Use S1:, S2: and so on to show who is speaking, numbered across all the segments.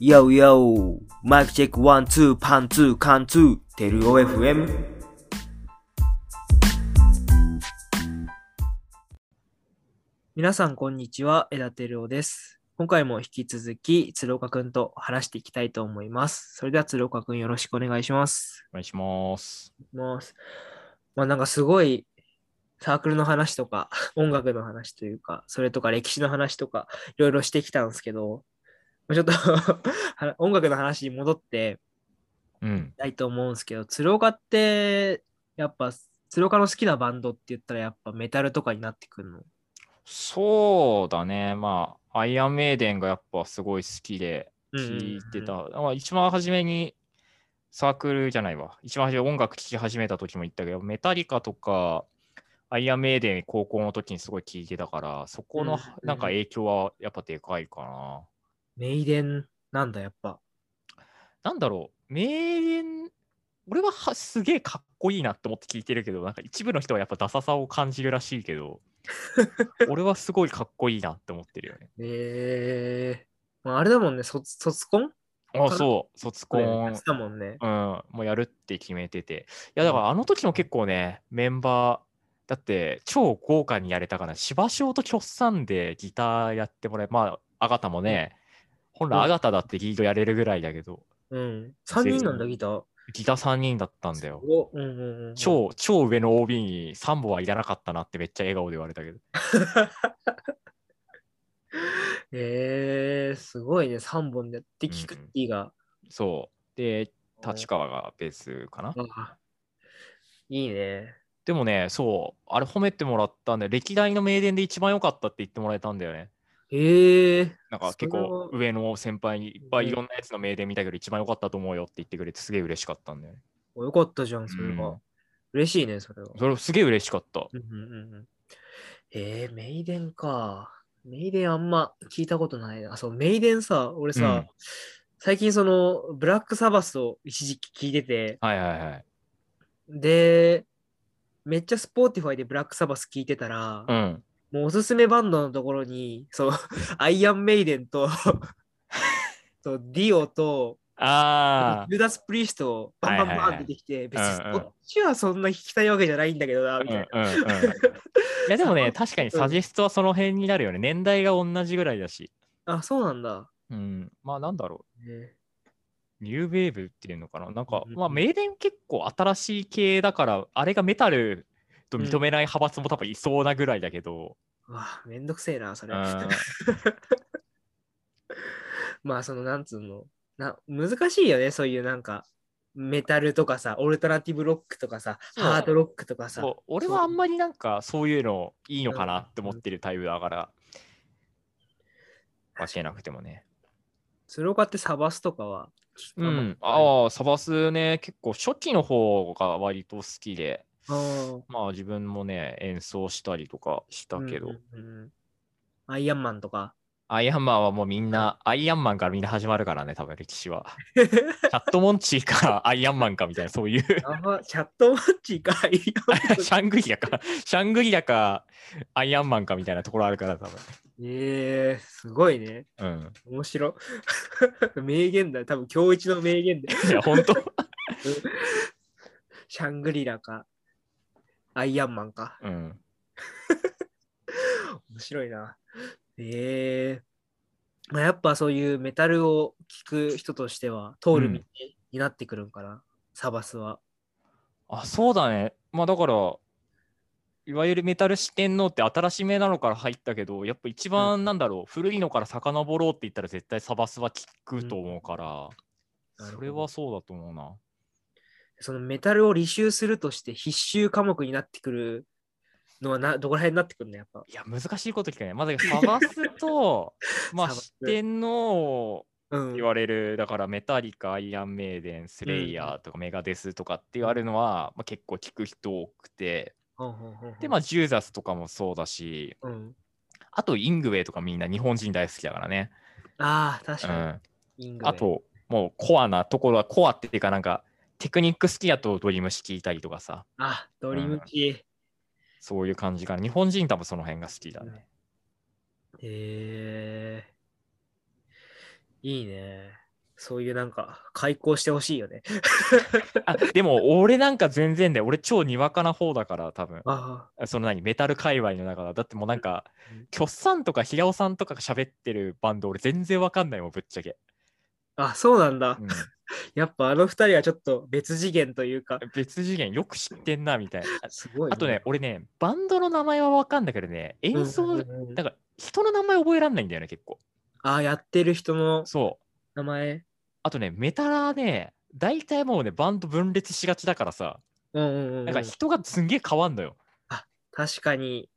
S1: Yo, yo! マイクチェックワンツーパンツーカンツーテルオ FM
S2: 皆さん、こんにちは。枝照夫です。今回も引き続き、鶴岡くんと話していきたいと思います。それでは、鶴岡くん、よろしくお願いします。
S3: お願いします。
S2: もうまあ、なんかすごい、サークルの話とか、 音楽の話というか、それとか歴史の話とか、いろいろしてきたんですけど、まあちょっと は音楽の話に戻って
S3: うん
S2: いき。たいと思うんですけど、鶴岡って、やっぱ、鶴岡の好きなバンドって言ったら、やっぱメタルとかになってくるの。
S3: そうだね。まあ、アイアンメイデンがやっぱすごい好きで
S2: うんうんうん
S3: 聴いてた。まあ、一番初めにサークルじゃないわ。一番初め音楽聴き始めた時も言ったけど、メタリカとかアイアンメイデン高校の時にすごい聴いてたから、そこ
S2: う
S3: の
S2: んうん
S3: なんか影響はやっぱでかいかな。
S2: メイデンなんだ、やっぱ。
S3: なんだろう。メイデン、俺ははすげえかっこいいなって思って聴いてるけど、なんか一部の人はやっぱダサさを感じるらしいけ ど、俺はすごいかっこいいなって思ってるよね。
S2: ええまあ、あれだもんね、卒卒コン
S3: あ、
S2: ら
S3: そう、卒コ
S2: や
S3: ン
S2: って、たもんね。
S3: うん、もうやるって決めてて。いや、だからあの時も結構ね、メンバー、だって超豪華にやれたから、芝生とキョッサンでギターやってもらえ、まあ、あがたもね、
S2: う
S3: 本
S2: ん
S3: 来あがただってギードやれるぐらいだけど、
S2: うん。3人なんだ、ギター。
S3: ギター3人だったんだよ。
S2: おうんうんうん。
S3: 超、超上の OB に3本はいらなかったなってめっちゃ笑顔で言われたけど。
S2: ええすごいね、3本でやって、キクッティが。
S3: そう。で、立川がベースかな。
S2: あいいね。
S3: でもね、そう、あれ褒めてもらったんで、歴代の名電で一番良かったって言ってもらえたんだよね。
S2: ええ
S3: なんか結構
S2: それは
S3: 上の先輩にいっぱ
S2: う
S3: い
S2: ん
S3: いろんなやつの名電見たけど一番良かったと思うよって言ってくれてすげえ嬉しかったんだよね。
S2: よかったじゃん、それは。
S3: うん
S2: 嬉しいね、それは。
S3: それすげえ嬉しかった。
S2: うんうんうんうんえー、メイデンか。メイデンあんま聞いたことないな。あそう、メイデンさ、俺さ、
S3: うん
S2: 最近その、ブラックサバスを一時期聞いてて、
S3: はいはいはい。
S2: で、めっちゃスポーティファイでブラックサバス聞いてたら、
S3: うん。
S2: もうおすすめバンドのところに、そう、アイアンメイデン と、とディオと、
S3: あ
S2: ルダス・プリースト、バンバンバンって出てきて、別
S3: う
S2: に
S3: んう
S2: こ
S3: ん
S2: っちはそんな聞きたいわけじゃないんだけどな、
S3: あ。う
S2: み
S3: ん
S2: た
S3: う
S2: い
S3: んう
S2: な。
S3: ん、いやで もね、確かにサジェストはその辺になるよね。年代が同じぐらいだし。
S2: あ、そうなんだ。
S3: うん。まあなんだろ
S2: ね
S3: う。ニューウェーブっていうのかな。なんか
S2: う、んうん
S3: まあ名電結構新しい系だから、あれがメタルと認めない派閥も多分いそうなぐらいだけど。
S2: うわめんどくせえな、それ
S3: う。 ん
S2: まあ、その、なんつうの、な、難しいよね、そういうなんか、メタルとかさ、オルタナティブロックとかさ、
S3: そう
S2: ハードロックとかさ、
S3: そう俺はあんまりなんかそういうのいいのかなって思ってるタイプだから、教えなくてもね。
S2: 鶴岡ってサバスとかは、
S3: う
S2: あん
S3: ん、
S2: まり
S3: ああ、サバスね、結構初期の方が割と好きで、
S2: あー
S3: まあ自分もね、演奏したりとかしたけど、
S2: うんうんうんアイアンマンとか。
S3: アイアンマンはもうみんな、アイアンマンからみんな始まるからね、多分歴史は。チャットモンチーかアイアンマンかみたい な、そういう。
S2: あまチャットマッチか、アイアンマン
S3: シャングリラか、シャングリラか、アイアンマンかみたいなところあるから、多分。
S2: えー、すごいね。
S3: うん。
S2: 面白。 名言だ。多分、今日一の名言で。
S3: いや、本当
S2: シャングリラか、アイアンマンか。
S3: うん。
S2: 面白いな。ええまあ、やっぱそういうメタルを聞く人としては通る道になってくるんかな、サバスは。
S3: あ、そうだね。まあだから、いわゆるメタル四天王って新しめなのから入ったけど、やっぱ一番なんだろう、古いのから遡ろうって言ったら絶対サバスは効くと思うから、
S2: うんなるほど
S3: それはそうだと思うな。
S2: そのメタルを履修するとして必修科目になってくるのはなどこら辺になってくるのやっぱ。
S3: いや、難しいこと聞かない。まずサバス と、まあ
S2: サバス
S3: 四天王
S2: う
S3: って
S2: ん
S3: 言。われる、だからメタリカ、アイアンメイデン、スレイヤーとかメガデスとかって言われるのは、まあ、結構聞く人多くて、
S2: ほんほんほんほん
S3: で、まあジューザスとかもそうだし、
S2: うん、
S3: あとイングウェイとかみんな日本人大好きだからね。
S2: ああ、確
S3: う
S2: かに。イ
S3: ん。
S2: ングウェイ
S3: あ、と、もうコアなところは、コアっていうか、なんか、テクニック好きやとドリーム式いたりとかさ、
S2: あ、ドリームキー。
S3: そういう感じかな。日本人多分その辺が好 きだね。
S2: ええいいね。そういうなんか開口してほしいよね。
S3: あでも俺なんか全然で俺超にわかな方だから多分
S2: あ
S3: その何メタル界隈の中だだってもうなんかキョッさんとか平尾さんとかが喋ってるバンド俺全然わかんないもんぶっちゃけ、
S2: あ、あそうなんだ
S3: う。ん
S2: やっぱあの二人はちょっと別次元というか、
S3: 別次元よく知ってんなみたいなあ
S2: すごい、
S3: あとね、俺ねバンドの名前はわかんだけどね
S2: うん
S3: 演奏
S2: う
S3: なん
S2: んうん
S3: か人の名前覚えらんないんだよね結構
S2: あ、やってる人の
S3: そう
S2: 名前。
S3: あとねメタラーね大体もうねバンド分裂しがちだからさ
S2: うんうんうんうん。
S3: なんか人がすんげえ変わんのよ
S2: 確かに。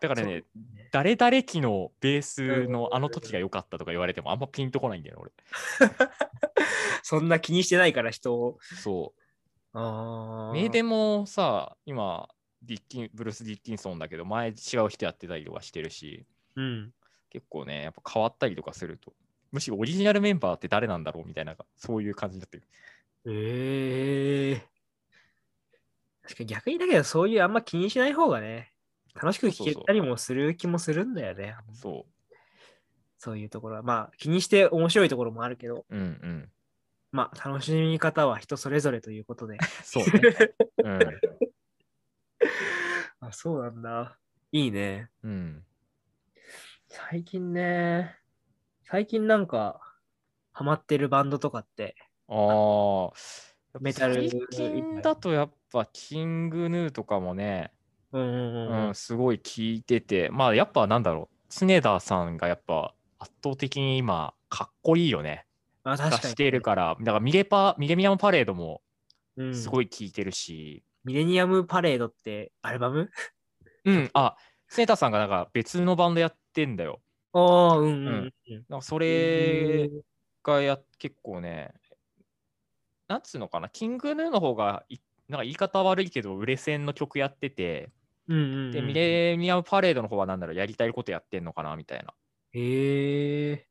S3: だから
S2: そう
S3: ね誰々期のベースのあの時が良かったとか言われてもあんまピンとこないんだよね俺
S2: そんな気にしてないから人を。
S3: そ
S2: あ
S3: う
S2: あ。
S3: メーデンもさ今ディッキンブルース・ディッキンソンだけど前違う人やってたりとかしてるし
S2: うん。
S3: 結構ねやっぱ変わったりとかするとむしろオリジナルメンバーって誰なんだろうみたいなそういう感じになってる
S2: ええ確かに逆にだけど、そういうあんま気にしない方がね、楽しく聴けたりもする気もするんだよね。
S3: そ
S2: そういうところは。まあ、気にして面白いところもあるけど、
S3: ううんうん
S2: まあ、楽しみ方は人それぞれということで。
S3: そうね、うん
S2: あ、そうなんだ。いいね。
S3: うん、
S2: 最近ね、最近なんか、ハマってるバンドとかって、
S3: ああ
S2: メタル以
S3: 最
S2: 外
S3: 近だとやっぱキングヌーとかもね
S2: うんうんうんう
S3: うんん、。すごい聞いてて、まあやっぱなんだろう、常田さんがやっぱ圧倒的に今、かっこいいよね。
S2: あ、確
S3: 出
S2: かに。
S3: してるから、だからミレパ、ミレミアムパレードも
S2: うん
S3: すごい聞いてるし、
S2: ミレニアムパレードってアルバム
S3: うん、あ、常田さんがなんか別のバンドやってんだよ。
S2: ああ、うんうんうん。
S3: なんかそれがや、結構ね、なんつうのかな、キングヌーの方がい、なんか言い方悪いけど、売れ線の曲やってて、
S2: うんうんうん。
S3: で、ミレミアムパレードの方はなんだろう、やりたいことやってんのかな、みたいな。
S2: へえ。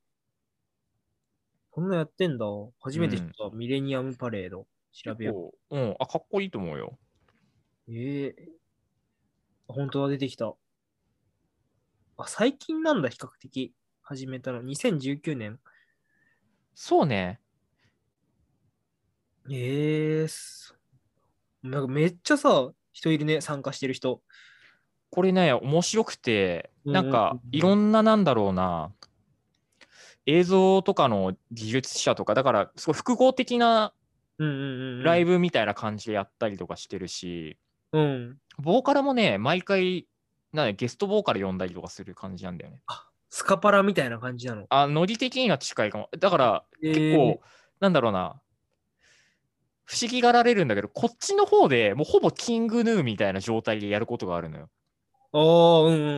S2: そんなやってんだ。初めて知った、ミレニアムパレード。調べ
S3: 結
S2: よ
S3: 構うん、あ、かっこいいと思うよ。
S2: う。へえ。あ本当は出てきた。あ、最近なんだ、比較的。始めたの。2019年。
S3: そうね。
S2: ええそなんかめっちゃさ、人いるね、参加してる人。
S3: これね、面白くて、
S2: うん
S3: なんかいろんな、なんだろうな、映像とかの技術者とか、だから、すごい複合的な
S2: うんうんうんうん。
S3: ライ
S2: ブ。
S3: ブみたいな感じでやったりとかしてるし、
S2: うん。
S3: ボーカルもね、毎回、なんだゲストボーカル呼んだりとかする感じなんだよね。
S2: スカパラみたいな感じなの。
S3: あ、ノリ的には近いかも。だから、
S2: 結
S3: 結構、なんだろうな、不思議がられるんだけど、こっちの方でもうほぼキングヌーみたいな状態でやることがあるのよ。
S2: ああ、うんうんう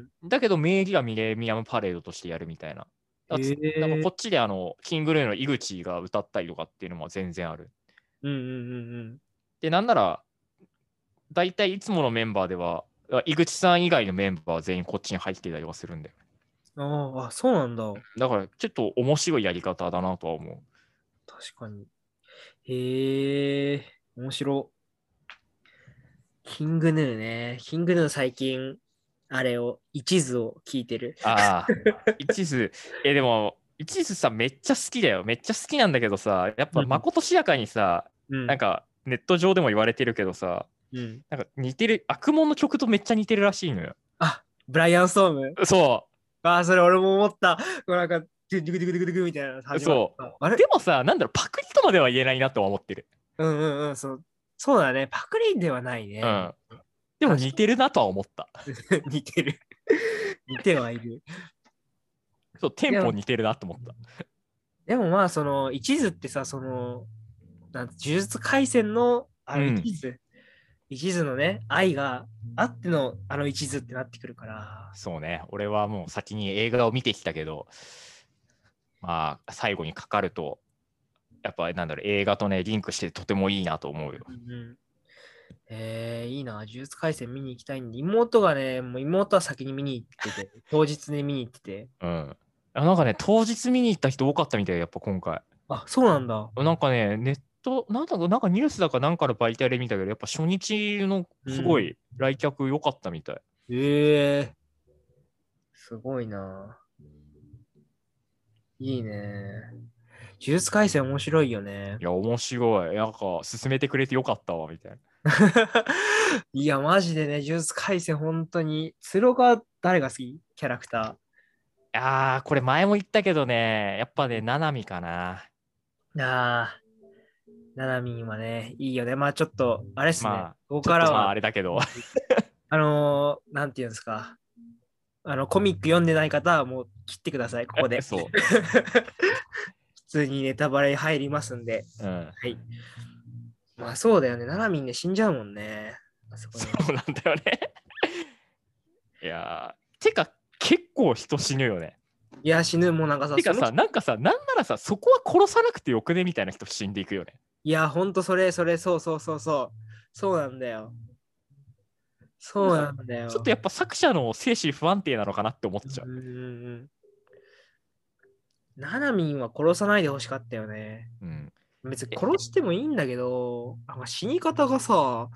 S2: んうん。
S3: だけど名義がミレミアムパレードとしてやるみたいな。だからつ
S2: へー
S3: だからこっちであのキングルーの井口が歌ったりとかっていうのも全然ある。
S2: うんうんうんうん。
S3: で、なんなら、大体いつものメンバーでは、あ井口さん以外のメンバーは全員こっちに入ってたりはするんだよ。
S2: あーあ、そうなんだ。
S3: だからちょっと面白いやり方だなとは思
S2: 確かに。へえ、面白。キングヌーね。キングヌー最近、あれを、一途を聞いてる。
S3: う。ああ、 一途、え、でも、一途さ、めっちゃ好きだよ。めっちゃ好きなんだけどさ、やっぱ
S2: うん
S3: まことしやかにさ、
S2: うん
S3: なんかネット上でも言われてるけどさ、
S2: うん、
S3: なんか似てる、悪魔の曲とめっちゃ似てるらしいのよ。
S2: あ、ブライアン・ストーム。
S3: そ
S2: ああ、それ俺も思った。こうなんか、ドゥドゥクドゥクドゥクドゥクみたいなの始ま
S3: そ
S2: った。あ
S3: う。
S2: れ
S3: でもさ、なんだろう、パクリとまでは言えないなとは思ってる。
S2: うんうんうん、そう。そうだね。パクリンではないね
S3: う。ん。でも似てるなとは思った。
S2: 似てる。似てはいる。
S3: そう、テンポ似てるなと思った。
S2: でもまあその一途ってさそのなんて呪術廻戦のあの
S3: うん
S2: 一途、一途のね愛があってのあの一途ってなってくるから
S3: そうね、俺はもう先に映画を見てきたけど、まあ、最後にかかると、やっぱりなんだろう、映画とね、リンクしてとてもいいなと思うよ。
S2: うんえー、いいな呪術廻戦見に行きたいんで妹がねもう妹は先に見に行 ってて当日に見に行ってて
S3: うん。あなんかね、当日見に行った人多かったみたい、やっぱ今回。
S2: あそうなんだ
S3: なんかね、ネット、なんだろうなんかニュースだかなんかの媒体で見たけど、やっぱ初日のすごい来客良かったみたい。
S2: ええすごいな。いいね。術改正面白いよね
S3: い。や、面白い。なんか、進めてくれてよかったわ、みたいな。
S2: いや、マジでね、呪術改正本当に。鶴岡誰が好きキャラクタ
S3: あー、これ前も言ったけどね、やっぱね、ナナミかな。
S2: ー。ああ。ななみんはね、いいよね。まあちょっと、あれっすね。
S3: まあ
S2: ここから
S3: まあ、
S2: は
S3: あ、れだけど。
S2: あのーなんていうんですか。あの、コミック読んでない方はもう切ってください、こ こで。
S3: そう。
S2: 普通にネタバレ入りますんで。
S3: うん。
S2: はい。まあそうだよね。ななみんね、死んじゃうもんね。あそこね
S3: そうなんだよね。いやー、てか、結構人死ぬよね。
S2: いや、死ぬ、もうなんかさ、
S3: てか
S2: その
S3: さ、なんかさ、なんならさ、そこは殺さなくてよくねみたいな人死んでいくよね。
S2: いや、ほんとそれ、それ、そうそうそうそう。そうなんだよ。そうなんだよ。
S3: ちょっとやっぱ作者の精神不安定なのかなって思っちゃう。
S2: うんうんうん。ななみんは殺さないでほしかったよね。
S3: うん。
S2: 別に殺してもいいんだけど、あまあ死に方がさ、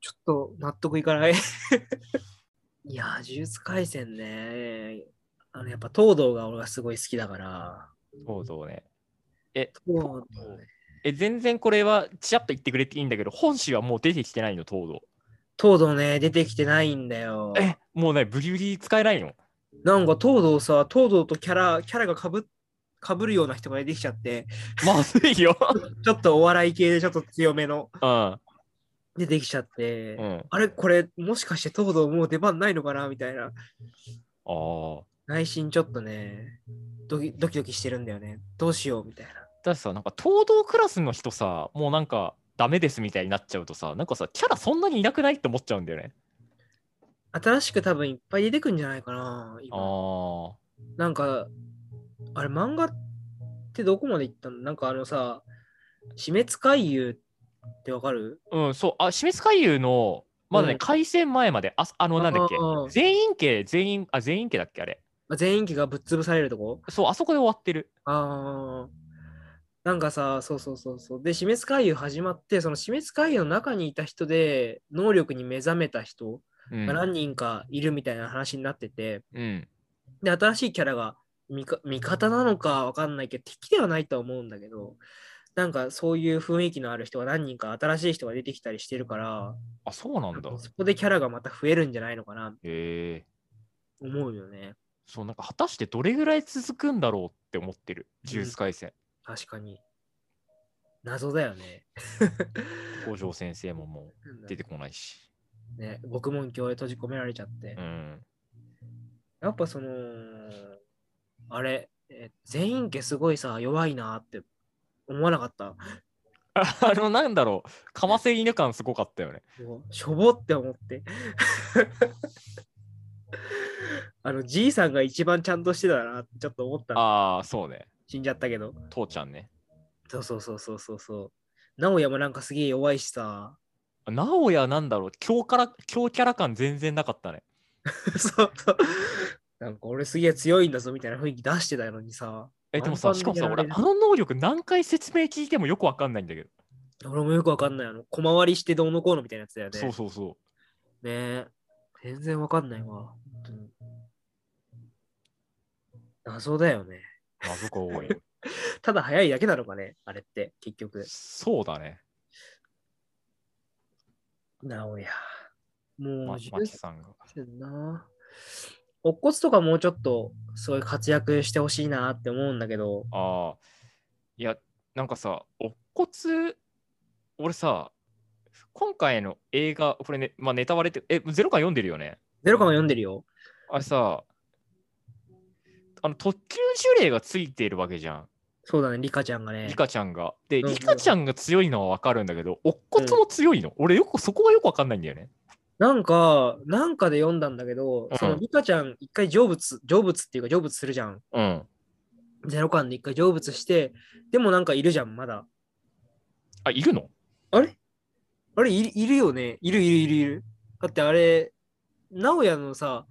S2: ちょっと納得いかない。 いやー、呪術廻戦ね。あの、やっぱ東堂が俺がすごい好きだから。
S3: うんそうそうね。
S2: 東堂ね
S3: え、全然これは、ちらっと言ってくれていいんだけど、本誌はもう出てきてないの、東堂。
S2: 東堂ね、出てきてないんだよ。
S3: え、もうね、ブリブリ使えないの。
S2: なんか東堂さ、東堂とキャラ、キャラがかぶかぶるような人が出てきちゃって、
S3: まず いよ。
S2: ちょっとお笑い系でちょっと強めの
S3: うん。
S2: 出てきちゃって、
S3: うん。
S2: あれこれもしかして東堂もう出番ないのかなみたいな、
S3: ああ。
S2: 内心ちょっとね、ドキドキドキしてるんだよね。どうしようみたいな。
S3: だってさ、なんか、東堂クラスの人さ、もうなんか、ダメですみたいになっちゃうとさ、なんかさ、キャラそんなにいなくないって思っちゃうんだよね。
S2: 新しく多分いっぱい出てくんじゃないかな今。
S3: あ
S2: なんか、あれ漫画ってどこまで行ったのなんかあのさ、死滅回遊ってわかる
S3: あ。うん、そう、あ、死滅回遊の、まだね、
S2: うん
S3: 開戦前まで、あ、あの、なんだっけ
S2: あー、
S3: 全員家、全員、あ、全員家だっけ、あれ。
S2: まあ全員機がぶっ潰されるとこ
S3: そう、あそこで終わってる。
S2: ああ。なんかさ、そうそうそうそう。で、死滅回遊始まって、その死滅回遊の中にいた人で、能力に目覚めた人
S3: うん
S2: が。何人かいるみたいな話になってて、
S3: うん
S2: で、新しいキャラが味か味方なのかわかんないけど、敵ではないとは思うんだけど、なんかそういう雰囲気のある人が何人か新しい人が出てきたりしてるから、
S3: あ、そうなんだ。
S2: そこでキャラがまた増えるんじゃないのかな、
S3: へえ。
S2: 思うよね。
S3: そう、なんか、果たしてどれぐらい続くんだろうって思ってる。呪術廻戦。
S2: 確かに。謎だよね。
S3: 北条先生ももう出てこないし。
S2: ね、獄門教へ閉じ込められちゃって。
S3: うん。
S2: やっぱその、あれ、え全員家すごいさ、弱いなって思わなかった。
S3: ああの、なんだろう、かませ犬感すごかったよね。
S2: もうしょぼって思って。 あの、じいさんが一番ちゃんとしてたなってちょっと思った。
S3: ああ、そうね。
S2: 死んじゃったけど。
S3: 父ちゃんね。
S2: そうそうそうそうそうそう。直哉もなんかすげえ弱いしさ。
S3: 直哉なんだろう、強から強キャラ感全然なかったね。
S2: そうそう。なんか俺すげえ強いんだぞみたいな雰囲気出してたのにさ。
S3: え、でもさ、
S2: ワン
S3: し
S2: パ
S3: か
S2: ン
S3: も
S2: でやられ
S3: さ、俺、
S2: る
S3: あの能力何回説明聞いてもよくわかんないんだけど。
S2: 俺もよくわかんない。あの、小回りしてどうのこうのみたいなやつだよね。
S3: そうそうそ
S2: ねえ。全然わかんないわ。本当に謎だよ ね。
S3: う。謎が多い。
S2: ただ早いだけなのかね、あれって、結局。
S3: そうだね。
S2: なおや。も
S3: ま
S2: う、十
S3: マキさんが。
S2: 分な。乙骨とかもうちょっと、すごい活躍してほしいなって思うんだけど、
S3: ああ。いや、なんかさ、お骨、俺さ、今回の映画、これね、まあネタバレって、え、ゼロ感読んでるよね。
S2: ゼロ感は読んでるよ。
S3: あれさ、あの特急呪霊がついているわけじゃん。
S2: そうだね、リカちゃんがね
S3: リ。カちゃんが。で、
S2: うんうん
S3: リカちゃんが強いのは分かるんだけど、乙骨も強いの。俺よく、そこがよく分かんないんだよね。
S2: なんか、なんかで読んだんだけど、
S3: うん
S2: そのリカちゃん、一回成仏、成仏っていうか成仏するじゃん。
S3: うん。
S2: ゼロ感で一回成仏して、でもなんかいるじゃん、まだ。
S3: あ、いるの
S2: あれあれいる、いるよね。いるいるいるいる。だってあれ、直哉のさ、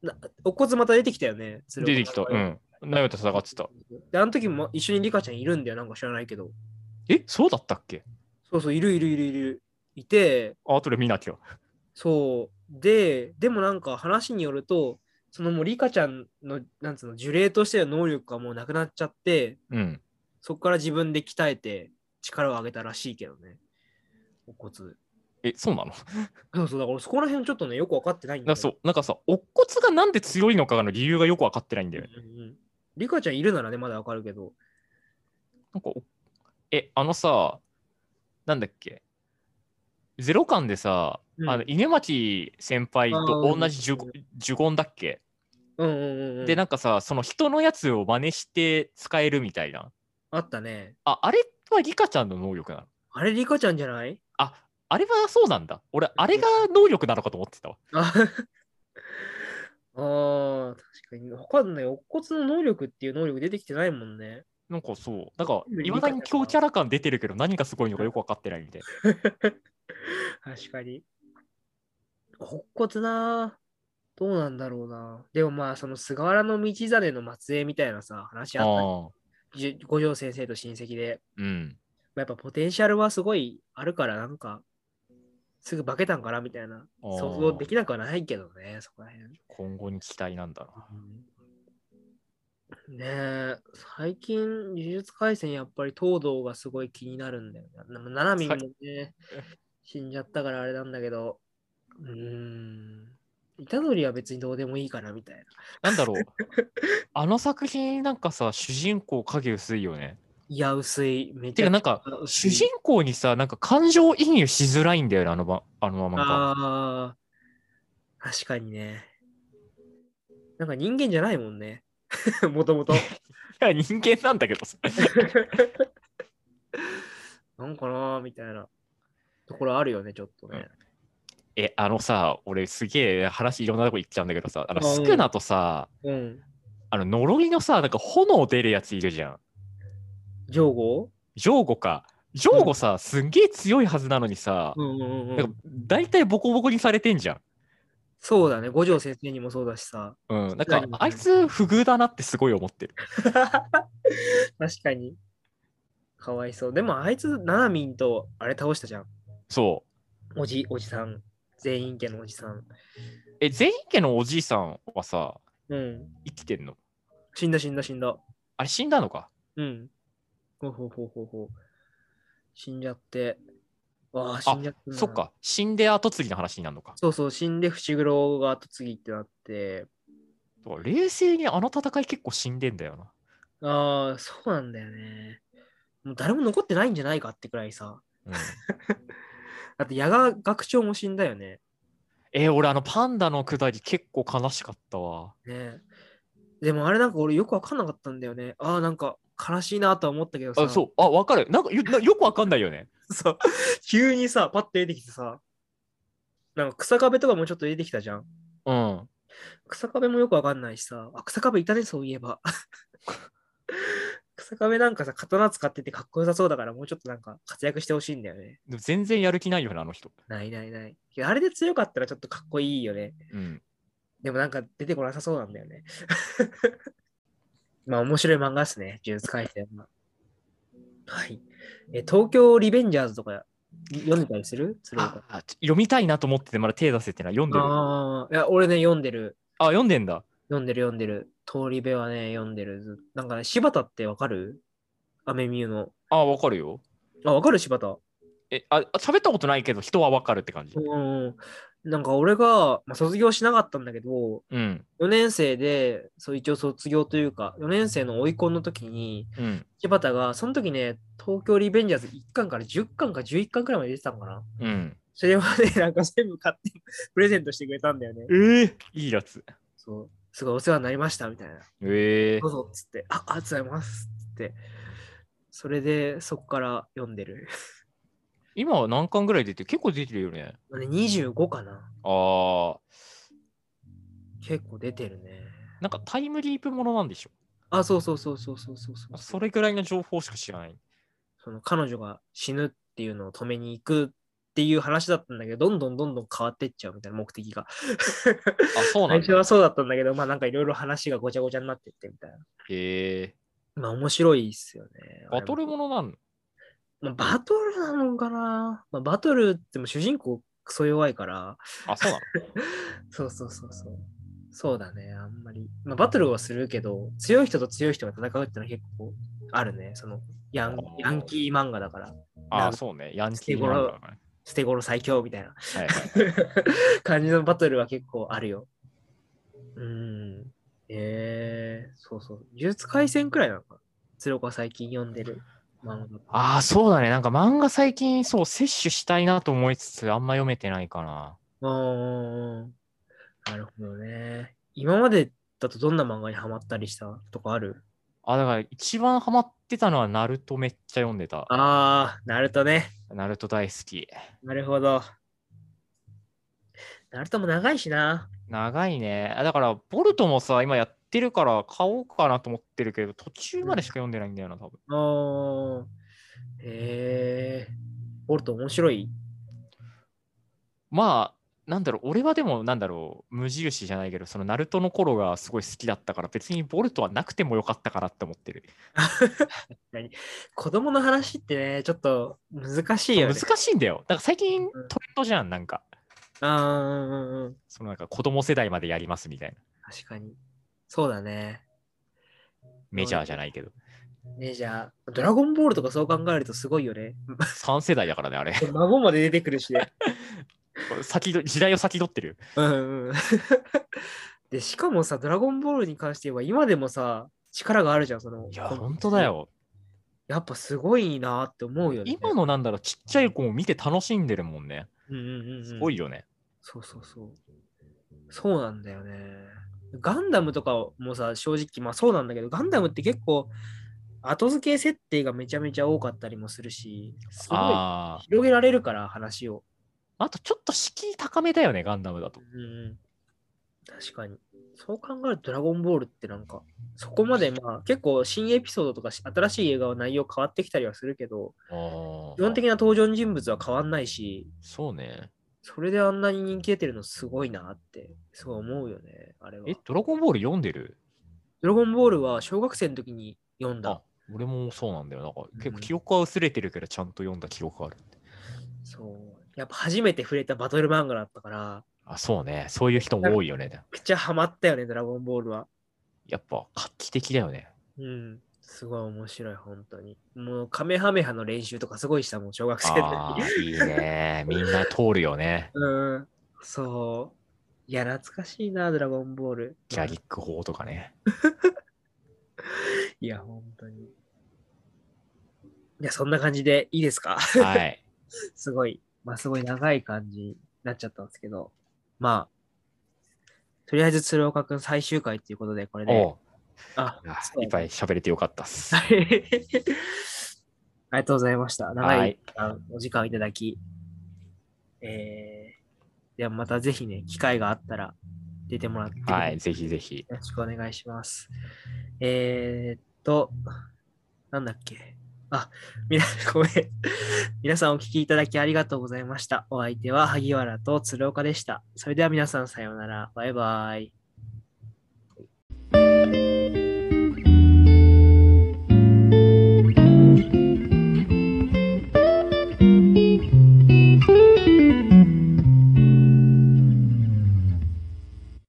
S2: なお骨また出てきたよね。鶴岡
S3: 出てきた。うん。ナヨと戦ってた。
S2: で、あの時も一緒にリカちゃんいるんだよ。なんか知らないけど。
S3: え、そうだったっけ
S2: そうそう、いるいるいるいる。いて、
S3: あ後で見なきゃ。
S2: そう。で、でもなんか話によると、そのもうリカちゃんの、なんつうの、呪霊としての能力がもうなくなっちゃって、
S3: うん。
S2: そこから自分で鍛えて力を上げたらしいけどね。お骨。
S3: え、そうなの
S2: そうそう、だから俺そこら辺ちょっとね、よく分かってないん
S3: な
S2: だ
S3: んか
S2: け
S3: そ
S2: ど。
S3: う、なんかさ、乙骨がなんで強いのかの理由がよく分かってないんだよね。
S2: うんうんリカちゃんいるならね、まだ分かるけど。
S3: なんかお、え、あのさ、なんだっけ、ゼロ感でさ、
S2: うん
S3: あの稲町先輩と同じ呪呪言だっけ、
S2: うんうんうんうん。
S3: で、なんかさ、その人のやつを真似して使えるみたいな。
S2: あったね。
S3: あ、あれはリカちゃんの能力なの
S2: あれ、リカちゃんじゃない
S3: あ、あれはそうなんだ。俺、あれが能力なのかと思ってたわ。
S2: ああー、確かに。他のね、乙骨の能力っていう能力出てきてないもんね。
S3: なんかそう、なんか
S2: うん、
S3: いまだに強キャラ感出てるけど、何がすごいのかよく分かってないみたいな。
S2: 確かに。乙骨などうなんだろうな。でもまあ、その菅原道真の末裔みたいなさ、話あったね
S3: ああ、
S2: じゅ五条先生と親戚で。
S3: うん。
S2: まあやっぱポテンシャルはすごいあるから、なんか、すぐ化けたんかなみたいな。
S3: あー
S2: 想像できなくはないけどね、そこら辺。
S3: 今後に期待なんだな。
S2: ねえ、最近、呪術廻戦やっぱり東堂がすごい気になるんだよな。ななみもね、死んじゃったからあれなんだけど、うーん、虎杖は別にどうでもいいかなみたいな。
S3: なんだろ う。あの作品なんかさ、主人公影薄いよね。
S2: いや、薄い、めち
S3: て
S2: ゃ
S3: か
S2: くち
S3: な
S2: ゃ
S3: んか、
S2: 薄
S3: 主
S2: い
S3: 人公にさ、なんか感情移入しづらいんだよね、あのばあの漫画。
S2: ああ、確かにね。なんか人間じゃないもんね。 もともと。
S3: いや、人間なんだけどさ。
S2: なんかなーみたいなところあるよね、ちょっとね。
S3: え、あのさ、俺すげえ話いろんなとこ行っちゃうんだけどさ、あの、
S2: あうん
S3: スクナとさ、
S2: うん。
S3: あの、呪いのさ、なんか炎出るやついるじゃん。
S2: ジョーゴ
S3: ジョーゴか。ジョーゴさ、すんげえ強いはずなのにさ、
S2: うんうんう
S3: なん
S2: ん
S3: か。大体ボコボコにされてんじゃん。
S2: そうだね、五条先生にもそうだしさ。
S3: うん、なん
S2: 確か
S3: か
S2: に
S3: あいつ不遇だなってすごい思ってる。
S2: 確かに。かわいそう。でもあいつ、ななみんとあれ倒したじゃん。
S3: そ
S2: おじ、おじさん。全員家のおじさん。
S3: う。え、全員家のおじいさんはさ、
S2: うん。
S3: 生きてんの
S2: 死んだ死んだ死んだ。
S3: あれ死んだのか
S2: うん。ほうほうほうほうほう。死んじゃって。わあ、死んじゃってんだ
S3: そっ。か。死んで後継ぎの話になるのか。
S2: そうそう、死んで伏黒が後継ぎってなって。
S3: だから冷静にあの戦い結構死んでんだよな。
S2: ああ、そうなんだよね。もう誰も残ってないんじゃないかってくらいさ。
S3: うん、
S2: あと、矢川学長も死んだよね。
S3: え俺あのパンダのくだり結構悲しかったわ。
S2: ねえでもあれなんか俺よくわかんなかったんだよね。ああ、なんか悲しいなとは思ったけどさ。
S3: あ、そう。あ、わかる。なんかよなよくわかんないよね。
S2: う。 そう。急にさ、パッて出てきてさ。なんか草壁とかもちょっと出てきたじゃん。
S3: うん。
S2: 草壁もよくわかんないしさ、あ、草壁いたね、そういえば。 草壁なんかさ、刀使っててかっこよさそうだから、もうちょっとなんか活躍してほしいんだよね。
S3: でも全然やる気ないよね、あの人。
S2: ないないない。いやあれで強かったらちょっとかっこいいよね。
S3: うん。
S2: でもなんか出てこなさそうなんだよね。 まあ面白い漫画ですね、呪術廻戦は。はい。え、東京リベンジャーズとか読んでたりする鶴岡
S3: ああちょ読みたいなと思ってて、まだ手出せてない。読んでる。あ
S2: ああ、いや、俺ね、読んでる。
S3: 読んでんだ。
S2: 読んでる読んでる。通り部はね、読んでる。ずなんかね、柴田ってわかるアメミューの。
S3: あわかるよ。
S2: あ、わかる柴田。
S3: え、あ、喋ったことないけど、人はわかるって感じ
S2: う。ん。なんか俺が、まあ、卒業しなかったんだけど、
S3: うん。
S2: 4年生で、そう一応卒業というか、4年生の追い込んの時に、
S3: うん。
S2: 柴田が、その時ね、東京リベンジャーズ1巻から10巻か11巻くらいまで出てたのかな。
S3: うん。
S2: それをね、なんか全部買って、 プレゼントしてくれたんだよね。
S3: ええいいやつ。
S2: そう。すごいお世話になりました、みたいな。
S3: ええ
S2: どうぞっつって、あ、ありがとうございますっつって、それでそこから読んでる。
S3: 今は何巻ぐらい出てる結構出てるよね。
S2: まあね25かな。
S3: ああ。
S2: 結構出てるね。
S3: なんかタイムリープものなんでしょ。
S2: あ、そうそうそうそうそうそうそう。
S3: それぐらいの情報しか知らない。
S2: その彼女が死ぬっていうのを止めに行くっていう話だったんだけど、どんどんどんどん変わってっちゃうみたいな目的が。
S3: あ、そう
S2: 最
S3: なん
S2: 初
S3: だ。
S2: はそうだったんだけど、まあなんかいろいろ話がごちゃごちゃになってってみたいな。
S3: ええ
S2: まあ面白いっすよね。
S3: バトルものなの
S2: まあバトルなのかな、まあ、バトルっても主人公クソ弱いから、
S3: あ、そうなの
S2: そうそうそうそう。そうだね、あんまり。まあ、バトルはするけど、強い人と強い人が戦うってのは結構あるね。そのヤン
S3: あー
S2: ヤンキー漫画だから、
S3: ああ、そうね。ヤンキーなんだからね。
S2: 捨て頃最強みたいな
S3: はいはい
S2: 感じのバトルは結構あるよ。うーん。えー、そうそう。呪術廻戦くらいなのかな。鶴岡最近読んでる漫画。
S3: ああ、そうだね。なんか漫画最近、そう、摂取したいなと思いつつ、あんま読めてないかな。
S2: うーん。なるほどね。今までだとどんな漫画にハマったりしたとかある
S3: あ、だから一番ハマってたのは、ナルトめっちゃ読んでた。
S2: あー、ナルトね。
S3: ナルト大好き。
S2: なるほど。ナルトも長いしな。
S3: 長いね。あだから、ボルトもさ、今やってるから買おうかなと思ってるけど、途中までしか読んでないんだよな、多分。
S2: おー。へえ。ボルト面白い
S3: まあ、なんだろう、俺はでも、なんだろう、無印じゃないけど、そのナルトの頃がすごい好きだったから、別にボルトはなくてもよかったかなって思ってる。
S2: 子供の話ってね、ちょっと難しいよね。
S3: 難しいんだよ。だから最近トレンドじゃん、なんか。
S2: あーうんうんうん。
S3: そのなんか子供世代までやりますみたいな。
S2: 確かに。そうだね。
S3: メジャーじゃない けど。
S2: ねじゃあ、ドラゴンボールとかそう考えるとすごいよ ね。
S3: 3世代だからね、あれ。
S2: 孫まで出てくるしね。
S3: 先ど時代を先取ってる。
S2: うん うんで、しかもさ、ドラゴンボールに関して言えば、今でもさ、力があるじゃん、その。
S3: いや、
S2: この
S3: 本当だ。よ。
S2: やっぱすごいなって思うよね。
S3: 今のなんだろう、ちっちゃい子も見て楽しんでるもんね。
S2: うんうんうん、うん。
S3: すごいよね。
S2: そうそうそう。そうなんだよね。ガンダムとかもさ、正直、まあそうなんだけど、ガンダムって結構、後付け設定がめちゃめちゃ多かったりもするし、すごい
S3: ああ。
S2: 広げられるから、話を。
S3: あとちょっと敷居高めだよね、ガンダムだと。
S2: うんうん。確かに。そう考えると、ドラゴンボールってなんか、そこまでまあ結構新エピソードとかし新しい映画は内容変わってきたりはするけど、基
S3: 基
S2: 本的な登場人物は変わんないし、
S3: そうね。
S2: それであんなに人気出てるのすごいなって、すごい思うよね、あれは
S3: え。、ドラゴンボール読んでる
S2: ドラゴンボールは小学生の時に読ん
S3: あ
S2: だ。、
S3: 俺もそうなんだよ。なんか
S2: う
S3: 結
S2: ん
S3: 構記憶は薄れてるけど、ちゃんと読んだ記憶がある。
S2: そう。やっぱ初めて触れたバトル漫画だったから、
S3: あ、そうね。そういう人も多いよね。
S2: めっちゃハマったよね、ドラゴンボールは。
S3: やっぱ画期的だよね。
S2: うん。すごい面白い、本当に。もう、カメハメハの練習とかすごいしたもん、小学生の時。
S3: ああ、いいね。みんな通るよね。
S2: うん、そう。いや、懐かしいな、ドラゴンボール。
S3: ギャリック法とか ね。
S2: いや、本当に。いや、そんな感じでいいですか
S3: はい。
S2: すごい、まあ、すごい長い感じになっちゃったんですけど、まあ、とりあえず鶴岡くん最終回っていうことで、これで。
S3: おう
S2: あ、
S3: あ
S2: そう
S3: いっぱい喋れてよかったっす。
S2: はいありがとうございました。長
S3: はいい
S2: 時間お時間いただき。えー、ではまたぜひね、機会があったら出てもらってくださ
S3: はい、ぜひぜひ。
S2: よろしくお願いします。えー、っと、なんだっけ。あ、みな、 ごめん。皆さんお聞きいただきありがとうございました。お相手は萩原と鶴岡でした。それでは皆さんさようなら。バイバイ。